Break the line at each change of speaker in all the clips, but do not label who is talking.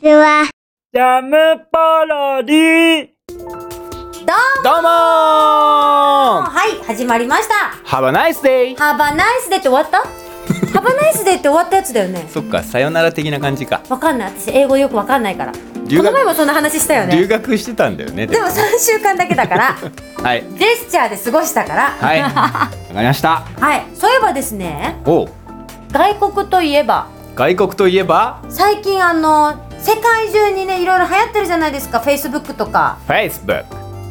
ちは。
ジャムパロディ
どう
どうも
も
ー
はい始まりました
ハバナイスデイ
ハバナイスデーって終わったハバナイスデーって終わったやつだよね
そっか、さよなら的な感じか。
わかんない私英語よくわかんないからこ
留学
の前もそんな話したよ
留
ね
学してたんだよね。
でも3週間だけだから
はい。
ジェスチャーで過ごしたからは
はい。わかりました。
い、そういえばですね
おう
外国といえば
外国といえば、
最近あの世界中にねいろいろ流行ってるじゃないですか Facebook とか
Facebook。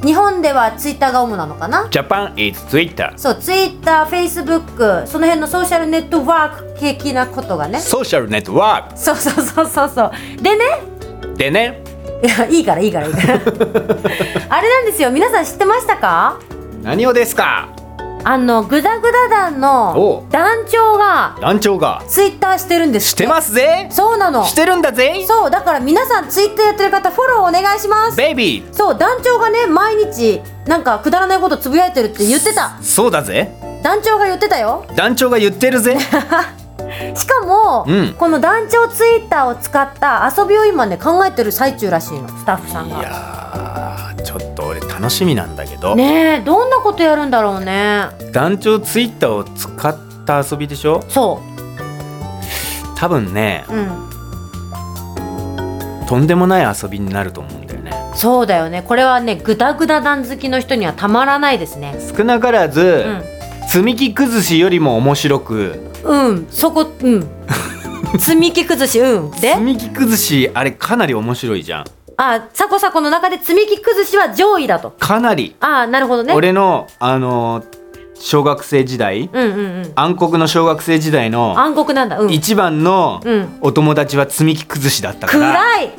日本では Twitter が主なのかな
Japan is Twitter。
そう TwitterFacebook その辺のソーシャルネットワーク的なことがね
ソーシャルネットワ
そうそうそうそうそうでね
ークでね、
いやいいからいいからいい からあれなんですよ皆さん知ってましたか
何をですか
あのグダグダ団
お
の
う
団長が
団長が。
ツイッターしてるんです
してますぜ
そうなの
してるんだぜ
そうだから皆さんツイッターやってる方フォローお願いします
ベイビー
そう団長がね毎日なんかくだらないことつぶやいてるって言ってた
そうだぜ
団長が言ってたよ
団長が言っ てるぜ
しかも、
うん
この団長ツイッターを使った遊びを今ね考えてる最中らしいのスタッフさん
い
が
やーちょっと俺楽しみなんだけど、
ねえどんなことやるんだろうね
団長ツイッターを使った遊びでしょ
そ
多分ね
ううん
とんでもない遊びになると思うんだよね
そうだよねこれはねグダグダ団好きの人にはたまらないですね
少なからず、
うん
積み木崩しよりも面白く
うんそこうん 積み木崩しうんで
積み木崩しあれかなり面白いじゃん
あサコサコの中で積み木崩しは上位だと
かなり、
あなるほどね
俺のあのー小学生時代
うんうんうん
暗黒の小学生時代の
暗黒なんだうん
一番の
うん
お友達は積み木崩しだったから、
暗い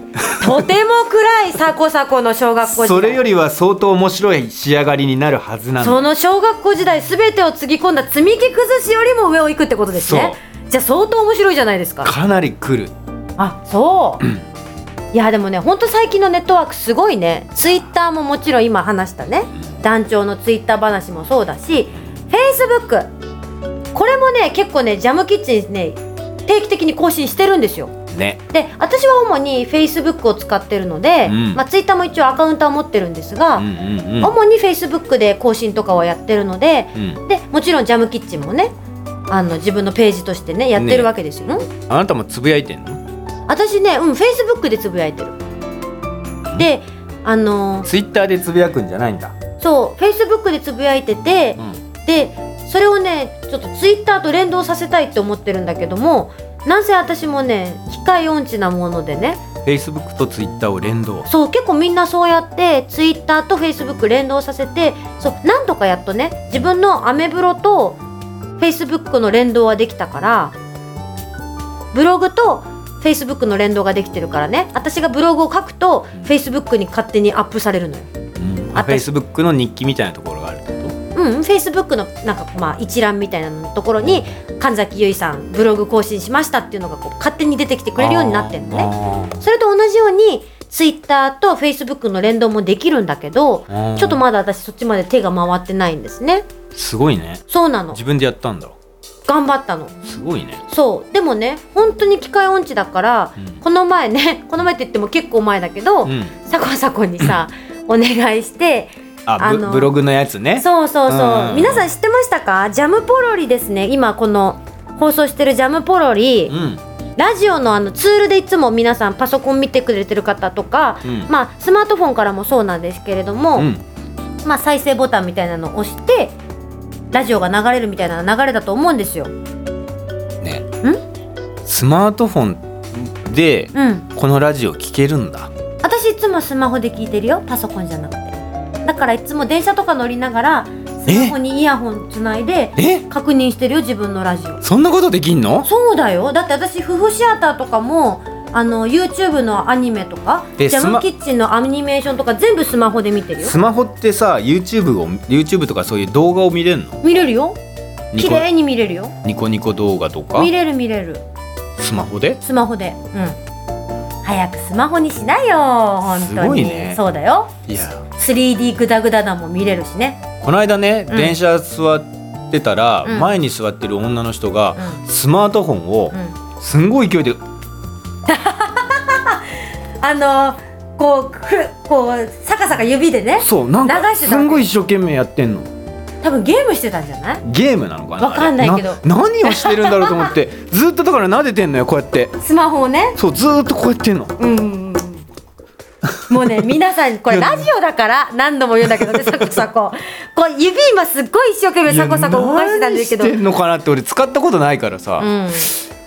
とても暗いサコサコの小学校時代
それよ
り
りは相当面白い仕上がりになるはずな
そ
の
の小学校時代全てをつぎ込んだ積み木崩しよりも上を行くってことですねじゃあ相当面白いじゃないですか
かなり来る
あそう、いやでもねほんと最近のネットワークすごいねツイッターももちろん今話したね団長のツイッター話もそうだしフェイスブックこれもね結構ねジャムキッチンね定期的に更新してるんですよ
ね
で私は主にフェイスブックを使ってるので、
うん
まあ、ツイッターも一応アカウントは持ってるんですが、
うんうんうん
主にフェイスブックで更新とかはやってるので
うん、
でもちろんジャムキッチンもねあの自分のページとしてねやってるわけですよ、ん
あなたもつぶやいてんの
私ねうんフェイスブックでつぶやいてるであのー
ツイッターでつぶやくんじゃないんだ、
そうフェイスブックでつぶやいてて
うん、
でそれをねちょっとツイッターと連動させたいって思ってるんだけどもなんせ私もね機械音痴なものでね
Facebook とツイッターを連動
そう結構みんなそうやってツイッターとフェイスブック連動させてそうなんとかやっとね自分のアメブロとフェイスブックの連動はできたからブログとフェイスブックの連動ができてるからね私がブログを書くとフェイスブックに勝手にアップされるのよ。
うん
あた
Facebook の日記みたいなところがあるってこ
うん、フェイスブックのなんかまあ一覧みたいなのところに神崎結衣さんブログ更新しましたっていうのがこう勝手に出てきて
と
くれるようになってるのね。
ね
それと同じようにツイッターとフェイスブックの連動もできるんだけどちょっとまだ私そっちまで手が回ってないんですね
すごいね
そうなの
自分でやったんだ
頑張ったの
すごいね
そうでもね本当に機械音痴だから、
うん
この前ね この前って言っても結構前だけど、
うん
サコサコに さお願いして
あ
あ
ブ
の
ブログのやつね
そうそうそううん皆さん知ってましたかジャムポロリですね今この放送してるジャムポロリ
うん
ラジオのあのツールでいつも皆さんパソコン見てくれてる方とか、
うん
まあスマートフォンからもそうなんですけれども、
うん
まあ、再生ボタンみたいなのを押してラジオが流れるみたいな流れだと思うんですよ。
ねスマートフォンで
うん、
このラジオ聞けるんだ
私いつもスマホで聞いてるよパソコンじゃなくてだからいつも電車とか乗りながらスマホにイヤホンつないで
え
確認してるよ自分のラジオ
そんなことできんの
そうだよだって私夫婦シアターとかもあの YouTube のアニメとかジ
え
ャ
スマ
ムキッチンのアニメーションとか全部スマホで見てるよ
スマホってさ YouTube を YouTube とかそういう動画を見れるの
見れるよ
ニ
綺
コ
麗に見れるよ
ニコニコ動画とか
見れる見れる
スマホで
スマホでうん早くスマホにしないよ本当に
すごいね
そうだよ
いや
3D グダグダ弾も見れるしね
この間ね、
うん
電車座ってたら、
うん
前に座ってる女の人が、
う
スマートフォンを
うん
すんごい勢いで
あのこうふこうサカサカ指でね
そうなん
流
か
して
す
た
んごい一生懸命やってんの
多分ゲームしてたんじゃない
ゲームなのかな
わかんないけど
あれ何をしてるんだろうと思って ずっとだから撫でてんのよこうやって
スマホをね
そうずーっとこうやってんの
うんうんうんもう ね皆さんこれ
いや
ラジオだから何度も言うんだけ どねサコサコこう指今すっごい一生懸命
いや
サコサコ動かしてたんですけど
何してんのかなって俺使ったことないからさ、
うん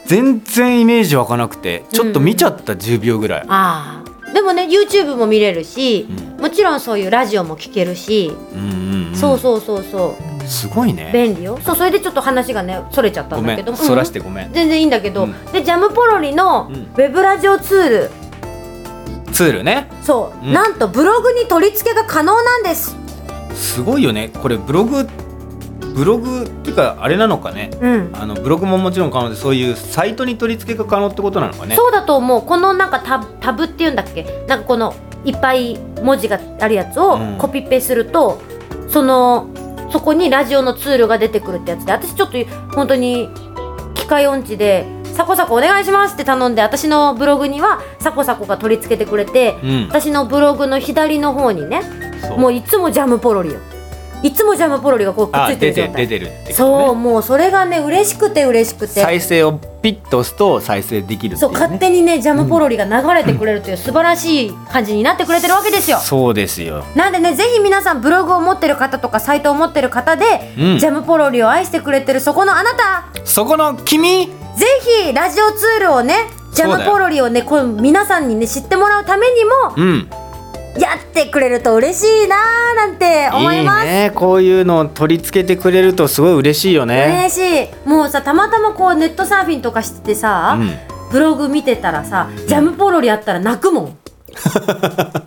全然イメージ湧かなくてちょっと見ちゃった10秒ぐらい、
ああでもね YouTube も見れるし、
う
もちろんそういうラジオも聞けるし、
うんうんうん
そうそうそうそう
すごいね
便利よそうそれでちょっと話がねそれちゃった
ご
んだ
め
けど
ん
うん
そらしてごめん、
全然いいんだけど、
うん
でジャムポロリのウ
うん
ェブラジオツール、
ツールね
そう、
うん
なんとブログに取り付けが可能なんです
すごいよねこれブログブログっていうかあれなのかね
うん
あのブログももちろん可能でそういうサイトに取り付けが可能ってことなのかね
そうだと思うこのなんかタブタブっていうんだっけなんかこのいっぱい文字があるやつを
うん
コピペすると、そのそこにラジオのツールが出てくるってやつで私ちょっと本当に機械音痴で「サコサコお願いします」って頼んで私のブログにはサコサコが取り付けてくれて、
うん
私のブログの左の方にね
そう
もういつもジャムポロリよいつもジャムポロリがこうくっつ
あ
いて
出
る状
て
態
出てるってことね
そうもうそれがね嬉しくて嬉しくて
再生をピッと押すと再生できるってい
そう
う、ね、
勝手にねジャムポロリが流れてくれるという素晴らしい感じになってくれてるわけですよ。
そうですよ
なんでねぜひ皆さんブログを持ってる方とかサイトを持ってる方で、
うん
ジャムポロリを愛してくれてるそこのあなた
そこの君
ぜひラジオツールをねジャムポロリをねこう皆さんにね知ってもらうためにも
うん
やってくれると嬉しいなーなんて思います。
いいねこういうのを取り付けてくれるとすごい嬉しいよね、
嬉しいもうさたまたまこうネットサーフィンとかしててさ、
うん
ブログ見てたらさジャムポロリあったら泣く もん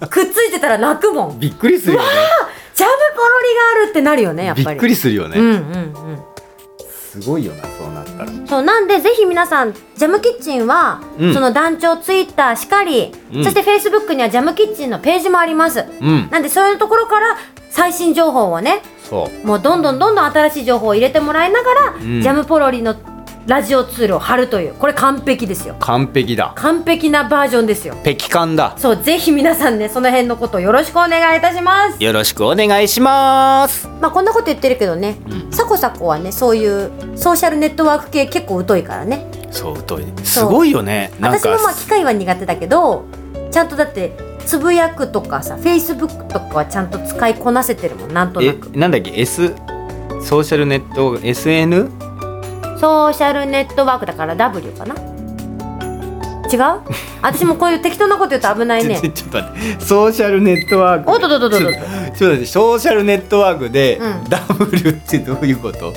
くっついてたら泣くもん
びっくりするよね
ジャムポロリがあるってなるよねやっぱ
び
り
っくりするよね、
うんうん
すごいよなそうなったら
うんそうなんでぜひ皆さんジャムキッチンは、
うん
その団長ツイッターしかり、
うん
そしてフェイスブックにはジャムキッチンのページもあります
うん
なんでそういうところから最新情報をね
そう
もうどんどんどんどん新しい情報を入れてもらいながら、
ん
ジャムポロリのラジオツールを貼るというこれ完璧ですよ
完璧だ
完璧なバージョンですよ
ペキカンだ
そうぜひ皆さんねその辺のことをよろしくお願いいたします
よろしくお願いします
まあこんなこと言ってるけどね、
うん
サコサコはねそういうソーシャルネットワーク系結構疎いからね
そうとすごいよねなん
私
か
もまあ機械は苦手だけどちゃんとだってつぶやくとかさフェイスブックとかはちゃんと使いこなせてるもんなんとな
え
く
なんだっけ S ソーシャルネット SN
ソーシャルネットワークだから W かな 違う私もこういう適当なこと言うと危ないね
ちょちょっと待ってソーシャルネットワーク
おっとっとっとっとっと
ちょっと待ってソーシャルネットワークで、
うん
W ってどういうこと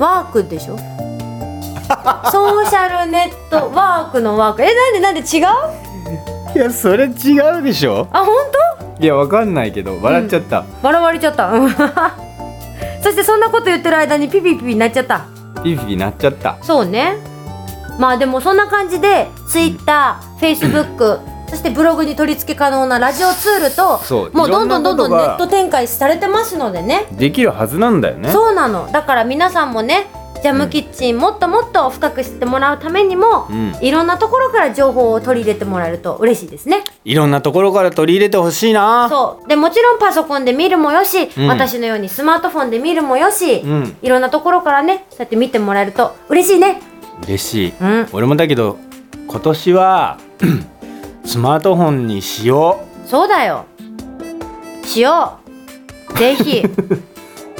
ワークでしょ ソーシャルネットワークのワークえなんでなんで違う
いやそれ違うでしょ
あ本当
いやわかんないけど笑っちゃった、
笑われちゃったうん そしてそんなこと言ってる間にピピピピになっちゃった
ピピピなっちゃった
そうねまあでもそんな感じで TwitterFacebook そしてブログに取り付け可能なラジオツール
そ
と
う
もうどんどん
い
ど
ろ
ん
ん
ど
な
ネッ
んことが
ト展開されてますのでね
できるはずなんだよね
そうなのだから皆さんもねジャムキッチンもっともっと深く知ってもらうためにも、
うん
いろんなところから情報を取り入れてもらえると嬉しいですね。
いろんなところから取り入れてほしいな
そうでもちろんパソコンで見るもよし、
うん
私のようにスマートフォンで見るもよし、
うん
いろんなところからねそうやって見てもらえると嬉しいね。
嬉しい、
うん
俺もだけど今年は スマートフォンにしよ
そうだよしようぜひ
う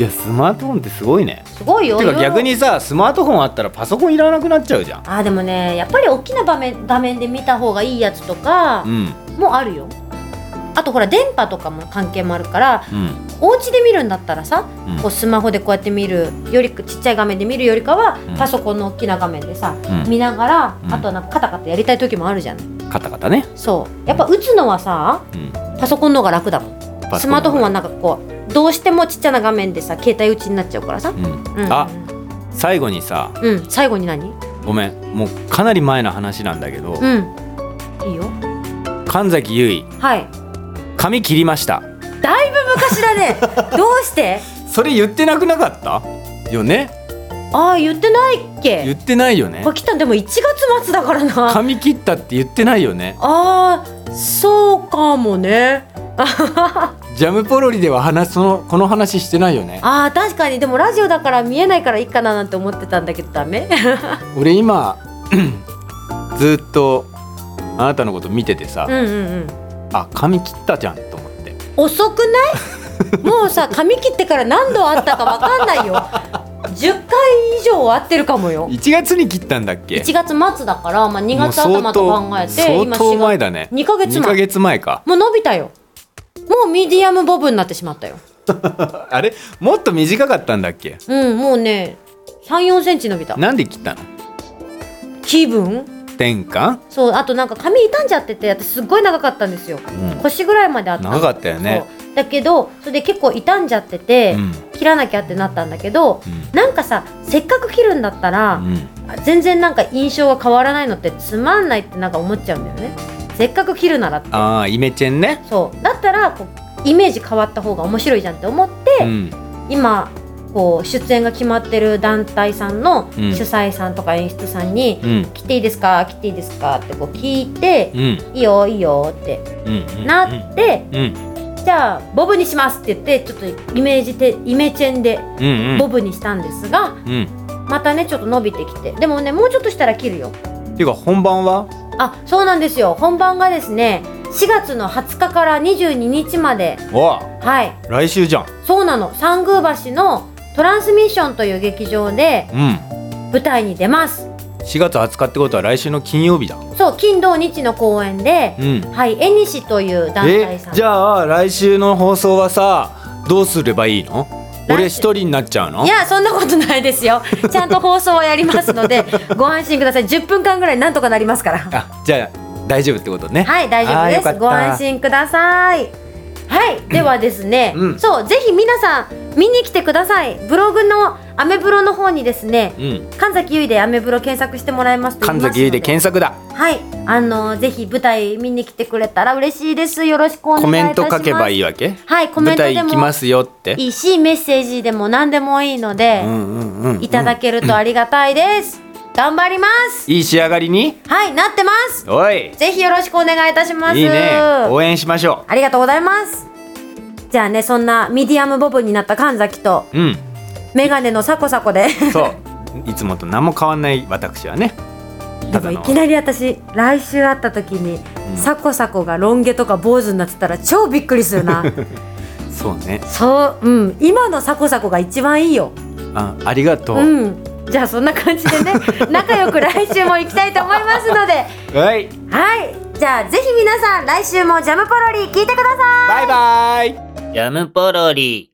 いやスマートフォン ってすごいね
すごいよ
て
い
か
ろいろ
逆にさスマートフォンあったらパソコンいらなくなっちゃうじゃん
あーでもねやっぱり大きな場面画面で見た方がいいやつとか
うん
もあるよあとほら電波とかも関係もあるから
うん
お家で見るんだったらさ、
うん
こうスマホでこうやって見るよりちっちゃい画面で見るよりかは、
うん
パソコンの大きな画面でさ、
うん
見ながら、
うん
あとはなんかカタカタやりたい時もあるじゃない
カタカタね、
そうやっぱ打つのはさ
うん、
パソコンの方が楽だもん
コン
スマートフォンはなんかこうどうしてもちっちゃな画面でさ携帯打ちになっちゃうからさ、
うん
うん、
あ最後にさ
うん最後に何
ごめんもうかなり前の話なんだけど、
うんいいよ
神崎優衣
はい
髪切りました
だいぶ昔だねどうして
それ言ってなくなかったよね
ああ言ってないっ
言
け
ってないよね
これ来たんでも1月末だからな
髪切ったって言ってないよね
あーそうかもね
ジャムポロリでは話そのこの話してないよね
あー確かにでもラジオだから見えないからいいかななんて思ってたんだけどダ メ
俺今 ずっとあなたのこと見ててさ、
うんうんうん
あ髪切ったじゃんと思って
遅くないもう さ髪切ってから何度会ったかわかんないよ10回以上会ってるかもよ
1月に切ったんだっけ
1月末だから、まあ、2月
もう
頭と
相当
考えて
相
今
当前
4月
だね
2ヶ月
2ヶ
前
月前か
もう伸びたよもうミディアムボブになってしまったよ
あれもっと短かったんだっけ
うんもうね3 4センチ伸びた
なんで切ったの
気分
転換、
そうあとなんか髪傷んじゃってて私すっごい長かったんですよ
うん
腰ぐらいまであった
長かったよね
そうだけどそれで結構傷んじゃってて、
うん
切らなきゃってなったんだけど
う
なんかさせっかく切るんだったら、
んうん
全然なんか印象が変わらないのってつまんないってなんか思っちゃうんだよねせっかく切るならって
ああイメチェンね
そうだったらこうイメージ変わった方が面白いじゃんって思って、
うん
今こう出演が決まってる団体さんの
うん
主催さんとか演出さんに
うん
「来ていいですか来ていいですか?」ってこう聞いて
うん
「いいよいいよ」って
うんうん
なって
うんう
「
ん
じゃあボブにします」って言ってちょっとイメージでイメチェンで
うん
ボブにしたんですが
うん
またねちょっと伸びてきてでもねもうちょっとしたら切るよ
ていうか本番は
あそうなんですよ本番がですね4月の20日から22日まで
わ
はい
あ来週じゃん
そうなの三宮橋のトランスミッションという劇場で
うん
舞台に出ます
4月20日ってことは来週の金曜日だ
そう金土日の公演で
う、ん
はいえにしという団体
え
さん
じゃあ来週の放送はさどうすればいいの
来週
俺一人になっちゃうの
いやそんなことないです よちゃんと放送はやりますのでご安心ください10分間ぐらいなんとかなりますからは
あじゃあ大丈夫ってことね
い大丈
あーよ
夫
かっ
です
た
ご安心くださいはいではですね、
うん
そうぜひ皆さん見に来てくださいブログのアメブロの方にですね
うん
神崎優衣でアメブロ検索してもらいますと言い
神
ますの
崎優で検索だ
はい、あのぜひ舞台見に来てくれたら嬉しいです。よろしくお願いいた
コ
します。
メント書けばいいわけ
はい、コメントで
舞台行
も
きますよって
いいし、メッセージでも何でもいいので
う、んうんうんうん
いただけるとありがたいです。頑張ります。
いい仕上がりに
はい、なってます。
おい
ぜひよろしくお願いいたします。
いいね応援しましょ
ありがとうございます。じゃあね、そんなミディアムボブになった神崎と
ううん
メガネのサコサコで。
そう いつもと何も変わんない私はね
で
ただ
も
の
いきなり私来週会った時に、サコサコがロン毛とか坊主になってたら超びっくりするな
そうね
そう、うん、今のサコサコが一番いいよ。
あありがとう、
うん。じゃあそんな感じでね、 仲良く来週も行きたいと思いますので、
はい
はい。じゃあぜひ皆さん来週もジャムポロリ聞いてください。
バイバイ
ジャムポロリ。